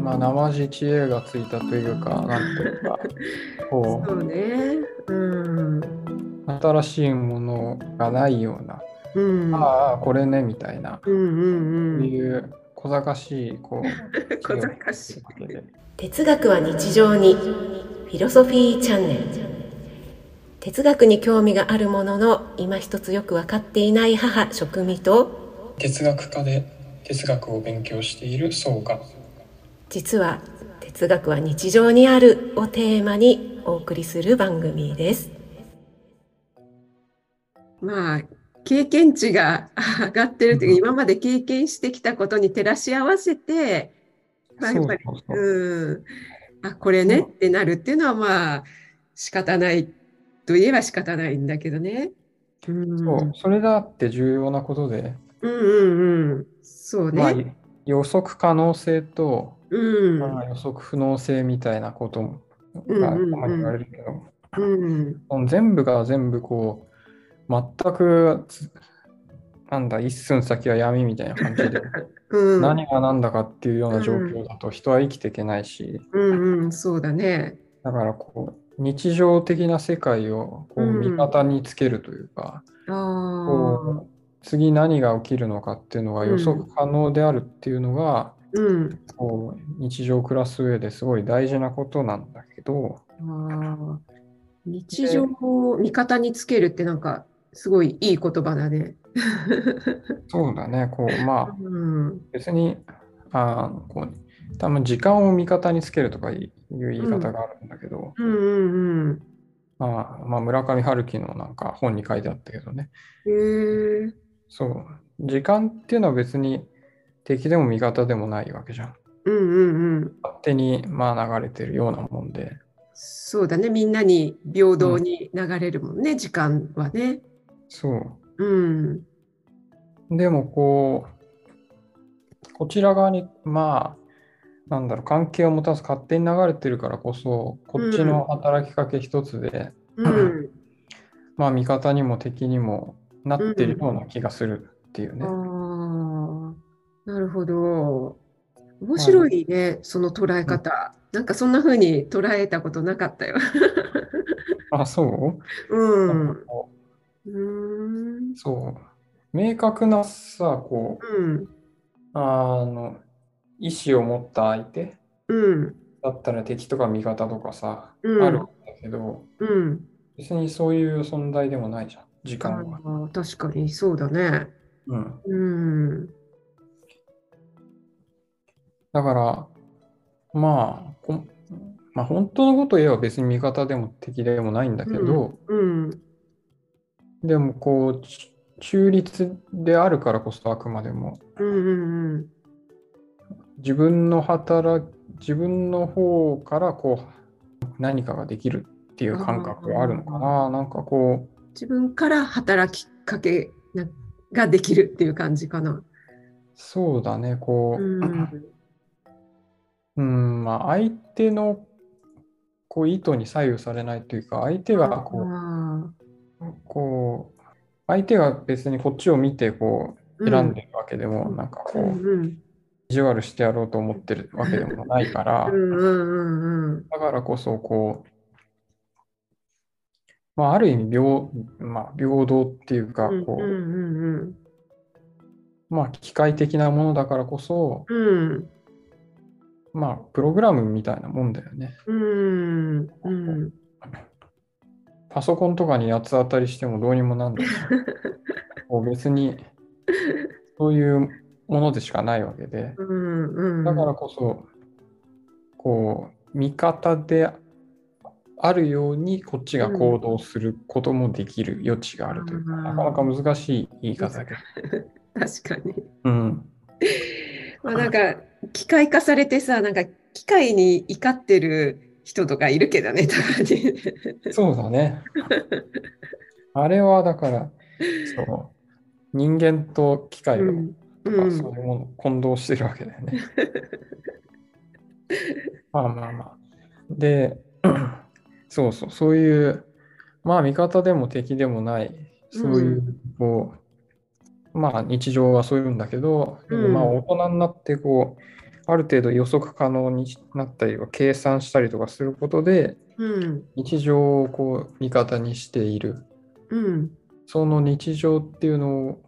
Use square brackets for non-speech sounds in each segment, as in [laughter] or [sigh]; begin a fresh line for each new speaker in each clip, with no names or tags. まあ、生地知恵がついたというか、なんと
[laughs]
いうか、こ
そうね。うん。
う、新しいものがないような、
うん。
ああ、これね、みたいな、
う
そ
んうん
う
うん。
いう小賢しい、こう、
小賢しい
知恵をつけてるわけで
哲学は日常にフィロソフィーチャンネル哲学に興味があるものの今一つよく分かっていない母職味と
哲学科で哲学を勉強している宗が
実は哲学は日常にあるをテーマにお送りする番組です
まあ、経験値が上がってるというか、今まで経験してきたことに照らし合わせて、まあ、やっぱり、
そうそうそう
うん。あ、これねってなるっていうのは、まあ、仕方ないといえば仕方ないんだけどね。うん。
そう、それだって重要なことで、
うんうんうん。そうね。
まあ、予測可能性と、
うん。
まあ予測不能性みたいなことも
うん
がた
うん
まに言われるけど、
うん。
その全部が全部こう、全くつ、なんだ、一寸先は闇みたいな感じで、
うん。
何が何だかっていうような状況だと人は生きていけないし、
うんうん。そうだね。
だからこう、日常的な世界をこう
うん
味方につけるというか、
ああ
こ。う次何が起きるのかっていうのが予測可能であるっていうのが、
うん。
こう日常暮らす上ですごい大事なことなんだけど、
ああ。日常を味方につけるってなんか、すごいいい言葉だね。
そうだね、こう、まあ、
うん。
別に、あーこう多分時間を味方につけるとかいう言い方があるんだけど、
うんうんうん。
まあ、まあ、村上春樹のなんか本に書いてあったけどね、
へえ。
そう、時間っていうのは別に敵でも味方でもないわけじゃん。
うんうんうん。
勝手にまあ流れてるようなもんで、
そうだね。みんなに平等に流れるもんね、時間はね。
そ
うん。
う。でもこう、こちら側に、まあ、なんだろう、関係を持たず勝手に流れてるからこそ、こっちの働きかけ一つで、
うん。
まあ味方にも敵にもなってるような気がするっていうね。
ああ。なるほど。面白いね、その捉え方。なんかそんな風に捉えたことなかったよ。
あ、そうう、
ん。う
こ
ーん
う。そう。明確なさ、こう、
うん。
あの、意思を持った相手
うん。
だったら敵とか味方とかさ、
うん
あるんだけど、
うん。
別にそういう存在でもないじゃん、時間は。
ああ確かにそうだね。
うん。
うん。
だから、まあ、こまあ、本当のことを言えば別に味方でも敵でもないんだけど、
うん。
でもこう、ち中立であるからこそあくまでも、
うんうんうん。
自分の働き、自分の方からこう、何かができるっていう感覚があるのかな。なんかこう、
自分から働きかけなができるっていう感じかな。
そうだね、こう、
うん。
うん、まあ、相手のこう意図に左右されないというか、相手がこ
あ
う、こう、相手が別にこっちを見てこ
あ
う選んでるわけでも、
うん
なんか
う
こ
ん
う、意地悪してやろうと思ってるわけでもないから
うんう、んうんうん
だからこそ、こう、まあ、ある意味平、まあ、平等っていうか、
うん
こ
う
う、
ん
まあ、機械的なものだからこそ、
うん
まあ、プログラムみたいなもんだよね。
うんうん
パソコンとかに八つ当たりしてもどうにも
[laughs]
なんない。こう別に、そういうものでしかないわけで、
うん
だからこそ、こう、味方であるように、こっちが行動することもできる余地があるというか、
うん
なかなか難しい言い方だけど。
確かに。
うん。
まあなんか機械化されてさなんか機械に怒ってる人とかいるけどねたまに。
そうだね。あれはだから、そう、人間と機械を、
うん
まあ
うん
そういうものを混同してるわけだよ [laughs] ね。まあまあまあ。で、 [clears throat] そうそう、そういう、まあ味方でも敵でもない、そういうう、こう、まあ日常はそういうんだけど、でもまあ
う
大人になってこう、ある程度予測可能になったりは計算したりとかすることで
うん、
日常をこう味方にしている
うん、
その日常っていうの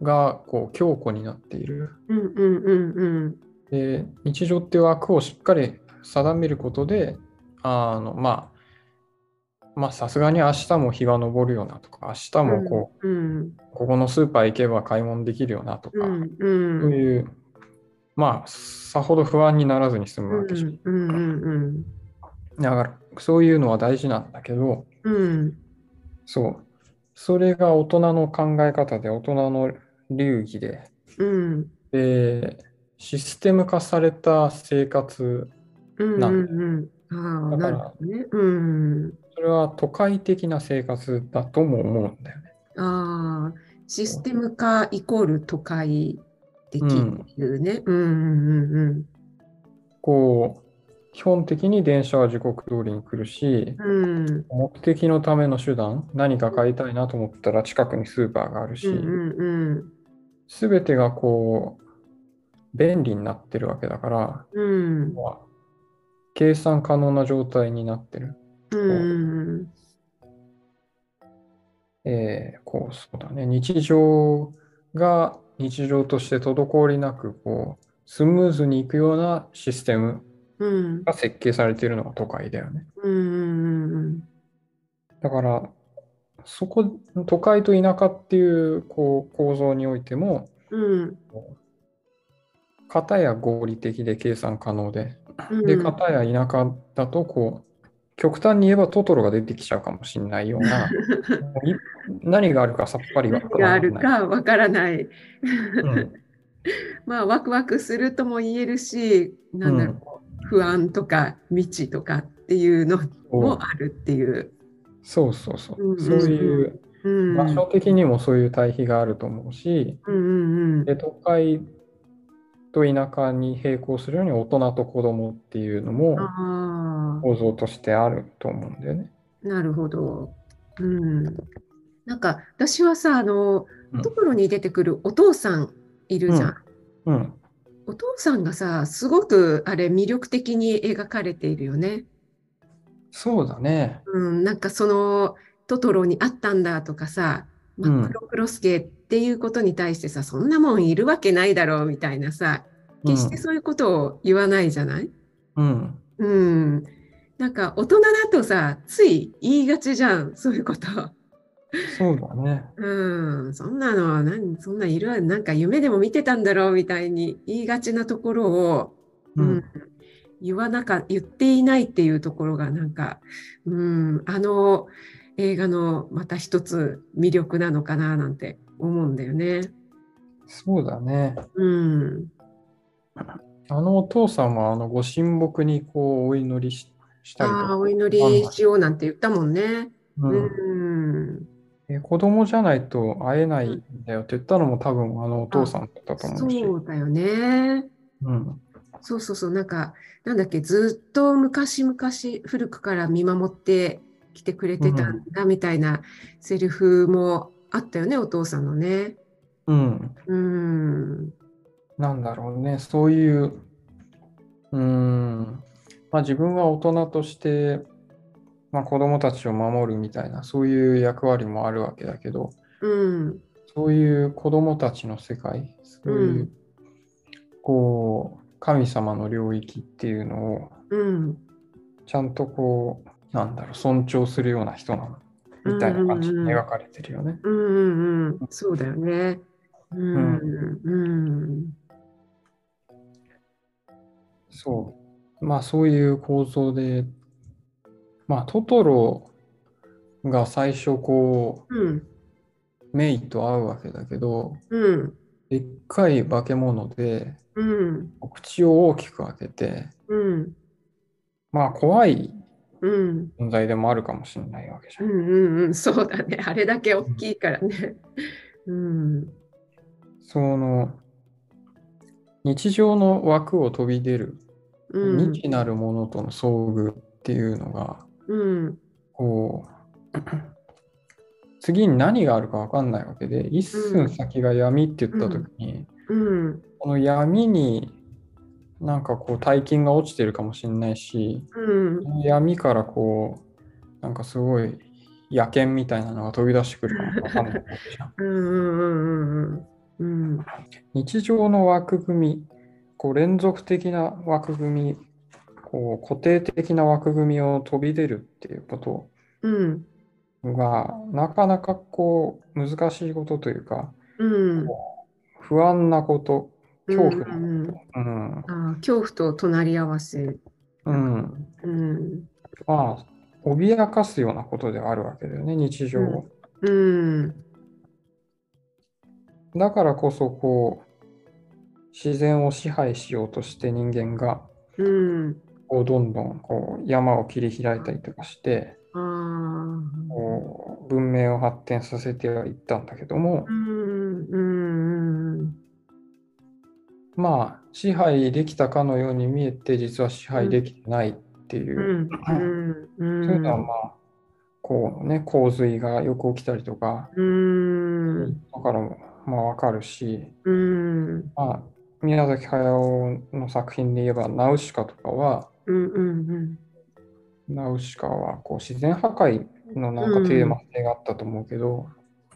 がこう強固になっている
うん、うん、うん、
で日常っていう枠をしっかり定めることであのまあまあさすがに明日も日が昇るよなとか明日もこ
うん、うん、
う、ここのスーパー行けば買い物できるよなとか、
うん、
そうういうまあさほど不安にならずに済むわけじゃん、
ん、うん、
だからそういうのは大事なんだけど
うん、
そうそれが大人の考え方で大人の流儀で
うん。
でシステム化された生活
うん
なん
うんうん。ああ、
だから
なるほどね。うん。
それは都会的な生活だとも思うんだよね。
ああ、システム化イコール都会的っていうね。うんうんうん
こう基本的に電車は時刻通りに来るし
うん。うん
目的のための手段何か買いたいなと思ったら近くにスーパーがある
う
し
んうん
全てがこう便利になってるわけだから
うん。
まあ計算可能な状態になってる。
うん
えーこうそうだね日常が日常として滞りなくこうスムーズにいくようなシステム
うん
が設計されているのが都会だよね。
うん
だから、そこ、都会と田舎っていうこう構造においても、
うん
片や合理的で計算可能で、
うん。
で、片や田舎だと、こう、極端に言えばトトロが出てきちゃうかもしれないよう
[laughs]
な、もうい何があるかさっぱりわか
何が
ら
あ
な
る
くない。
かわからない。
うん
まあ、ワクワクするとも言えるし、なんだろう、不安とか未知とかっていうの
そう
もあるっていう。
そうそうそうう。
ん
そういう、
うん。
場所的にもそういう対比があると思うし、
うんうんうん。
で都会と田舎に並行するように大人と子供っていうのも
あ
構造としてあると思うんだよね。
あ、なるほど。うん。なんか私はさ、あの
うん、
ところに出てくるお父さんいるじゃん。
うん、
お父さんがさ、すごくあれ魅力的に描かれているよね。
そうだね。
うん、なんかそのトトロにあったんだとかさ、
う
ま
ん
あ、黒黒助っていうことに対してさ、そんなもんいるわけないだろうみたいなさ、
うん
決してそういうことを言わないじゃない
うん、
うん。なんか大人だとさ、つい言いがちじゃん、そういうこと。
そうだね。
うん、そんなの、なん、そんなんいるわ、なんか夢でも見てたんだろうみたいに言いがちなところを、
う
うん
ん、
言わなか、言っていないっていうところが、なんか、うん、あの映画のまた一つ魅力なのかななんて思うんだよね。
そうだね。
うん、
あのお父さんはあのご神木にこうお祈りししたりと
ああ、
か、
お祈りしようなんて言ったもんね。
う
うんん、
え子供じゃないと会えないんだよって言ったのも多分あのお父さんだったと思うし、
そうだよね。
うん、
そうそうそう、なんか、なんだっけ、ずっと昔々、古くから見守ってきてくれてたんだみたいなセリフもあったよね、お父さんのね。
うん、
うん、
なんだろうね、そういう、うーん、まあ自分は大人として、まあ子供たちを守るみたいな、そういう役割もあるわけだけど、
うん、
そういう子供たちの世界、そういう、
う
こう、神様の領域っていうのを、
うん、
ちゃんとこう、なんだろう、尊重するような人なの、みたいな感じで
うんうんうん
描かれてるよね。
うん、うん、うん、そうだよね。うん、うん、
そう。まあ、そういう構造で、まあ、トトロが最初、こ
うん、
う、メイと会うわけだけど、
うん、
でっかい化け物で、
うん、
口を大きく開けて、
うん、
まあ、怖い
うん、
存在でもあるかもしれないわけじゃ。
うんん、うん、そうだね。あれだけ大きいからね。うん、
その日常の枠を飛び出る
うん
未、知なるものとの遭遇っていうのが
うん、
こう [clears throat] 次に何があるか分かんないわけで一寸先が闇って言った時に
うん、
この闇になんかこう大金が落ちてるかもしれないし、
うん。
闇からこう、なんかすごい野犬みたいなのが飛び出してくるかもわかんないじゃん
うんうんうんうんうん。うん。
日常の枠組み、こう連続的な枠組み、こう固定的な枠組みを飛び出るっていうこと
うん。
が、なかなかこう難しいことというか、
うん。
不安なこと、恐怖
うんうん
なこと、うん、
あー恐怖と隣り合わせ。
うん、
うん。
まあ、脅かすようなことではあるわけだよね、日常を。
うん。
だからこそ、こう、自然を支配しようとして人間が、
うん。
こう、どんどん、こう、山を切り開いたりとかして、
ああ。
こう、文明を発展させてはいったんだけども
う、ん。うん。うん。
まあ、支配できたかのように見えて、実は支配できてないっていうう、
ん。う
そ
ん。
ういうのは、まあ、こうね、洪水がよく起きたりとか、
うん。
だからも、まあ、わかるし、
うん。
まあ、宮崎駿の作品で言えば、ナウシカとかは、
うんうん
ナウシカはこう自然破壊のなんかテーマ性があったと思うけど、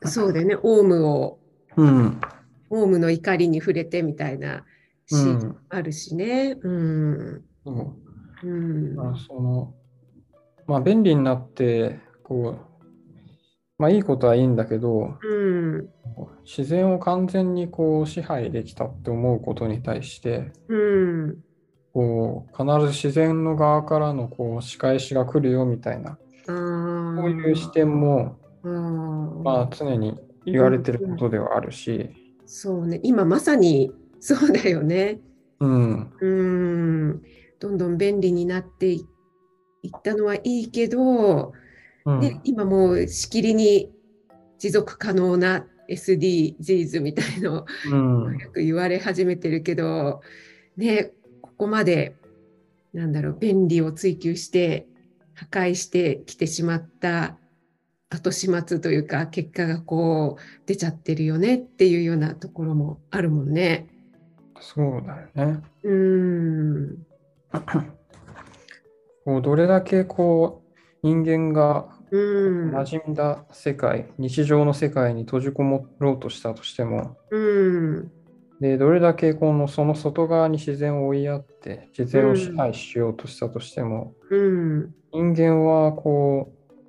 うん、そうだよね、オウムを、
うん、
オウムの怒りに触れてみたいなシ
う
ーン
ん、
あるしね。うん。
でも
うん。
まあその、まあ、便利になって、こう、まあいいことはいいんだけど、
うん。
自然を完全にこう支配できたって思うことに対して、
うん。
こう必ず自然の側からのこう仕返しが来るよみたいな、
あ
そ
ー
ういう視点も、
あー
まあ、常に言われてることではあるし、
そうね、今まさにそうだよね。
うん、
うん。どんどん便利になっていいったのはいいけど、
うん
ね、今もうしきりに持続可能な SDGs みたいのを
うん
よく言われ始めてるけど、ね、ここまでなんだろう便利を追求して破壊してきてしまった後始末というか結果がこう出ちゃってるよねっていうようなところもあるもんね。
そうだよね。
うーん
こうどれだけこう人間が
うん
馴染んだ世界、日常の世界に閉じこもろうとしたとしても、
うん
でどれだけこのその外側に自然を追いやって、自然を支配しようとしたとしても、
うん
人間はこう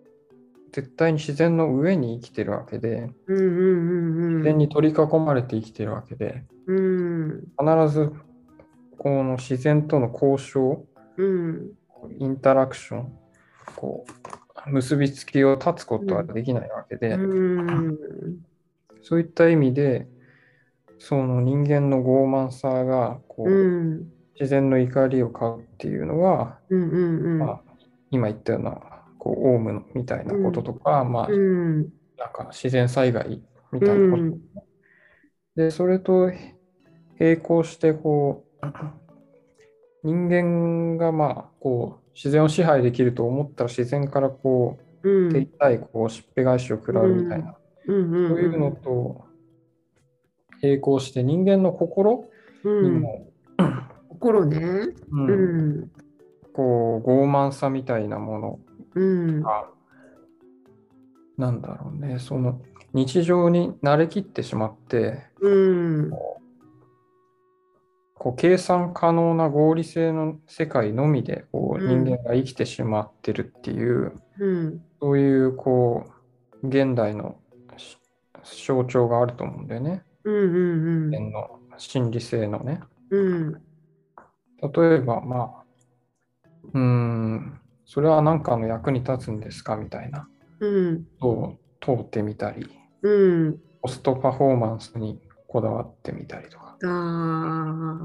絶対に自然の上に生きてるわけで、
うんうんうん
自然に取り囲まれて生きてるわけで、
うん
必ずこの自然との交渉、
うん
インタラクション、こう、結びつきを断つことはできないわけで、
うん
そういった意味で、その人間の傲慢さが、こう、
うん
自然の怒りを買うっていうのは、
うんうん
まあ、今言ったような、こう、オウムのみたいなこととか、まあ、
うん
なんか自然災害みた
う
いなこと。
ん
で、それと並行して、こう、人間が、まあ、こう、自然を支配できると思ったら、自然からこう、
うん
手痛いこうしっぺ返しを食らうみたいな、
うんうん
そういうのと並行して人間の心
う
に
ん
も、
心ね。
うん
うん。
こう傲慢さみたいなもの
うん。
が、なんだろうねその日常に慣れきってしまって
うん。
こう計算可能な合理性の世界のみでこう
うん
人間が生きてしまってるっていう、
うん。
そういうこう現代のし象徴があると思うんだよね
うん。うん。
人間の心理性のね。
うん。
例えば、まあ、うーん、それは何かの役に立つんですかみたいな
うん。
ことを問うてみたり、
うん。
コストパフォーマンスにこだわってみたりとか。
ああ。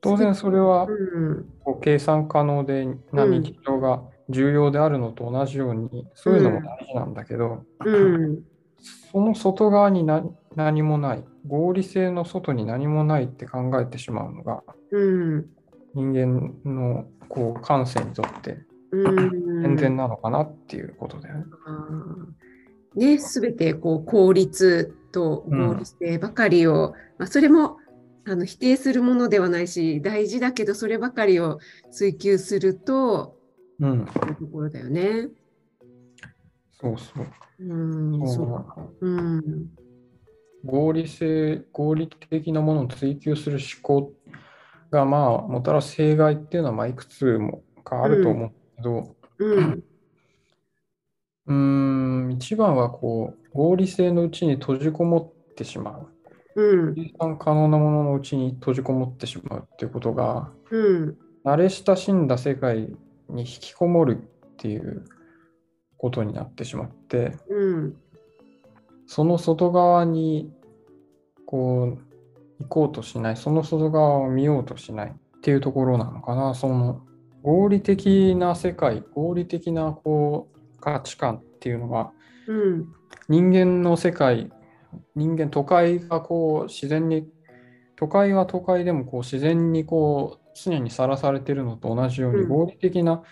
当然それは
うん。
こう計算可能で何日常が重要であるのと同じように、そういうのも大事なんだけど、
うん。
その外側に何何もない、合理性の外に何もないって考えてしまうのが、
うん。
人間のこう感性にとって
うん。
健全なのかなっていうことだよね。
ね、すべてこう効率と合理性ばかりを、まあ、それもあの否定するものではないし大事だけどそればかりを追求すると
うん、
というところだよね。
そうそう。
うんそううん
合理性、合理的なものを追求する思考が、まあ、もたらす弊害っていうのは、まあ、いくつもかあると思うけど、
うん
うーん、一番は、こう、合理性のうちに閉じこもってしまう。
うん
計算可能なもののうちに閉じこもってしまうっていうことが、
うん
慣れ親しんだ世界に引きこもるっていうことになってしまって、
うん
その外側にこう行こうとしない、その外側を見ようとしないっていうところなのかな、その合理的な世界、合理的なこう価値観っていうのが
うん
人間の世界、人間都会がこう自然に都会は都会でもこう自然にこう常にさらされてるのと同じように
うん
合理的な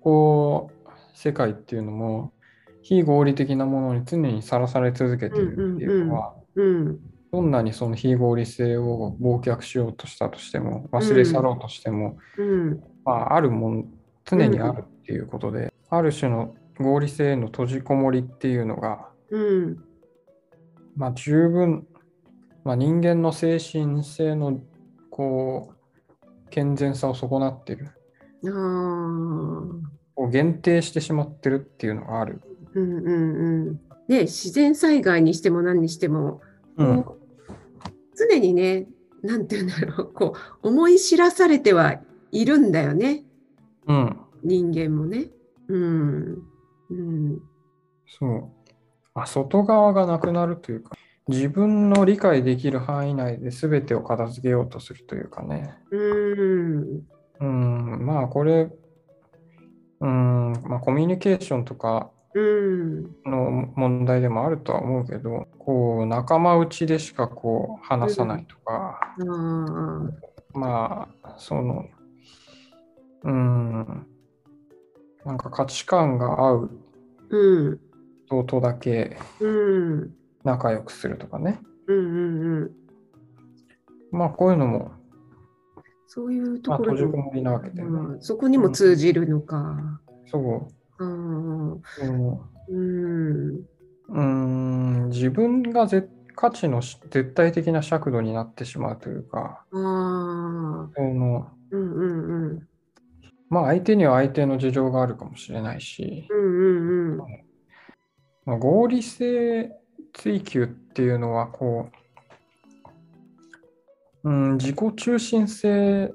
こう世界っていうのも非合理的なものに常にさらされ続けているっていうのは
うん
どんなにその非合理性を忘却しようとしたとしても忘れ去ろうとしても、
うん
まあ、あるもん常にあるっていうことで、ある種の合理性への閉じこもりっていうのが、
うん
まあ、十分、まあ、人間の精神性のこう健全さを損なっている
あー
こう限定してしまってるっていうのがある。
うんうんうんね自然災害にしても何にしても
うん
こう常にねなんて言うんだろうこう思い知らされてはいるんだよね
うん、
人間もね。うんうん
そうあ外側がなくなるというか自分の理解できる範囲内で全てを片付けようとするというかね
うん
うんまあこれうんまあコミュニケーションとか
うん
の問題でもあるとは思うけどこう仲間内でしかこう話さないとか、
あー
まあそのうんなんか価値観が合う
うん
人とだけ
うん
仲良くするとかね
うんうんうん
まあこういうのも
そういうと
まあ、
ころ
閉じ
で
こ
も、
もりなわけだよね。
うんそこにも通じるのか。
そう。
うん
うん
うん
うーん、自分がぜ価値のし絶対的な尺度になってしまうというか、
ああ
その
うんうんうん
まあ、相手には相手の事情があるかもしれないし、
うんうん
まあ、合理性追求っていうのはこう、うん、自己中心性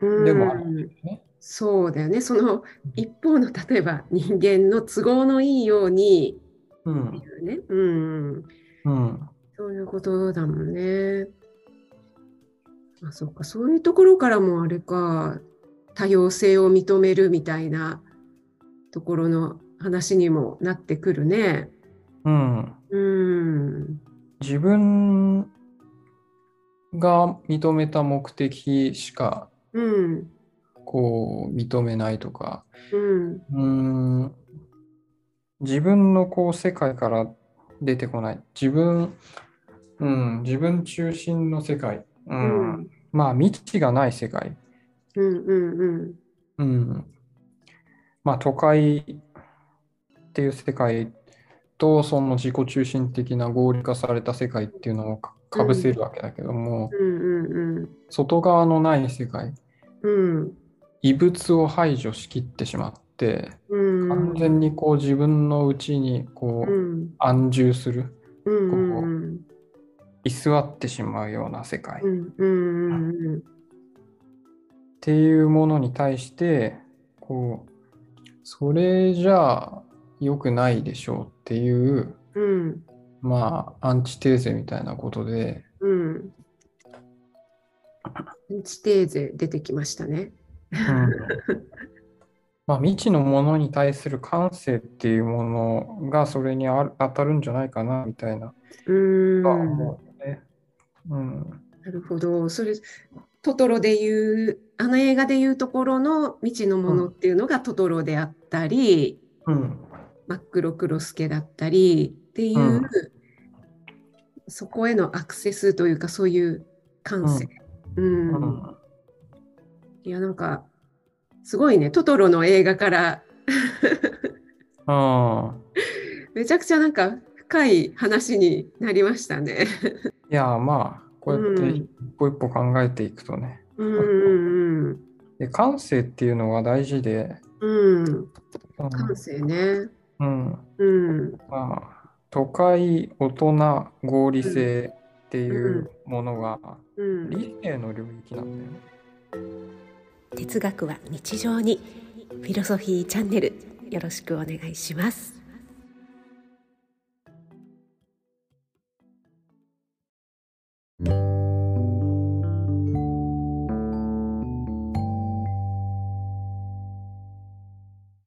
うん
でもあるんだよね。
そうだよね。その一方の例えば人間の都合のいいように、
うん、
ね、うん、
うん、
そういうことだもんね。あ、そうか、そういうところからもあれか、多様性を認めるみたいなところの話にもなってくるね。
うん。
うん、
自分が認めた目的しか
うん、
こう認めないとか、
うん、
うーん、自分のこう世界から出てこない、自分、うん、自分中心の世界、う、
うんん、
まあ未知がない世界、
うん、うん、
うん、まあ都会っていう世界とその自己中心的な合理化された世界っていうのをかかぶせるわけだけども、
うん、うん、
外側のない世界、
うん、
異物を排除しきってしまって、
うん、
完全にこう自分の内にこ
う、
うん安住する、
うん、うん。
居座ってしまうような世界っ
うんうんうん
ていうものに対して、こう、それじゃあ良くないでしょうっていう、
うん
まあ、アンチテーゼみたいなことで、
うんうん地底図出てきましたね。
まあ、未知のものに対する感性っていうものがそれにある当たるんじゃないかなみたいな
うーん
のは思うよね。うん
なるほど。それトトロでいうあの映画でいうところの未知のものっていうのがトトロであったり、
うん
真っ黒クロスケだったりっていう、
うん
そこへのアクセスというかそういう感性うん。いや、なんか、すごいね、トトロの映画から、
ああ。
めちゃくちゃなんか深い話になりましたね。
いや、まあ、こうやって
うん
一歩一歩考えていくとね。
うんうん
で感性っていうのが大事で、
うん。うん。
うん
感性ね。
うん
うん。
まあ、都会、大人、合理性っていうものが
うん。
理性の領域なんだよね。
哲学は日常にフィロソフィーチャンネルよろしくお願いします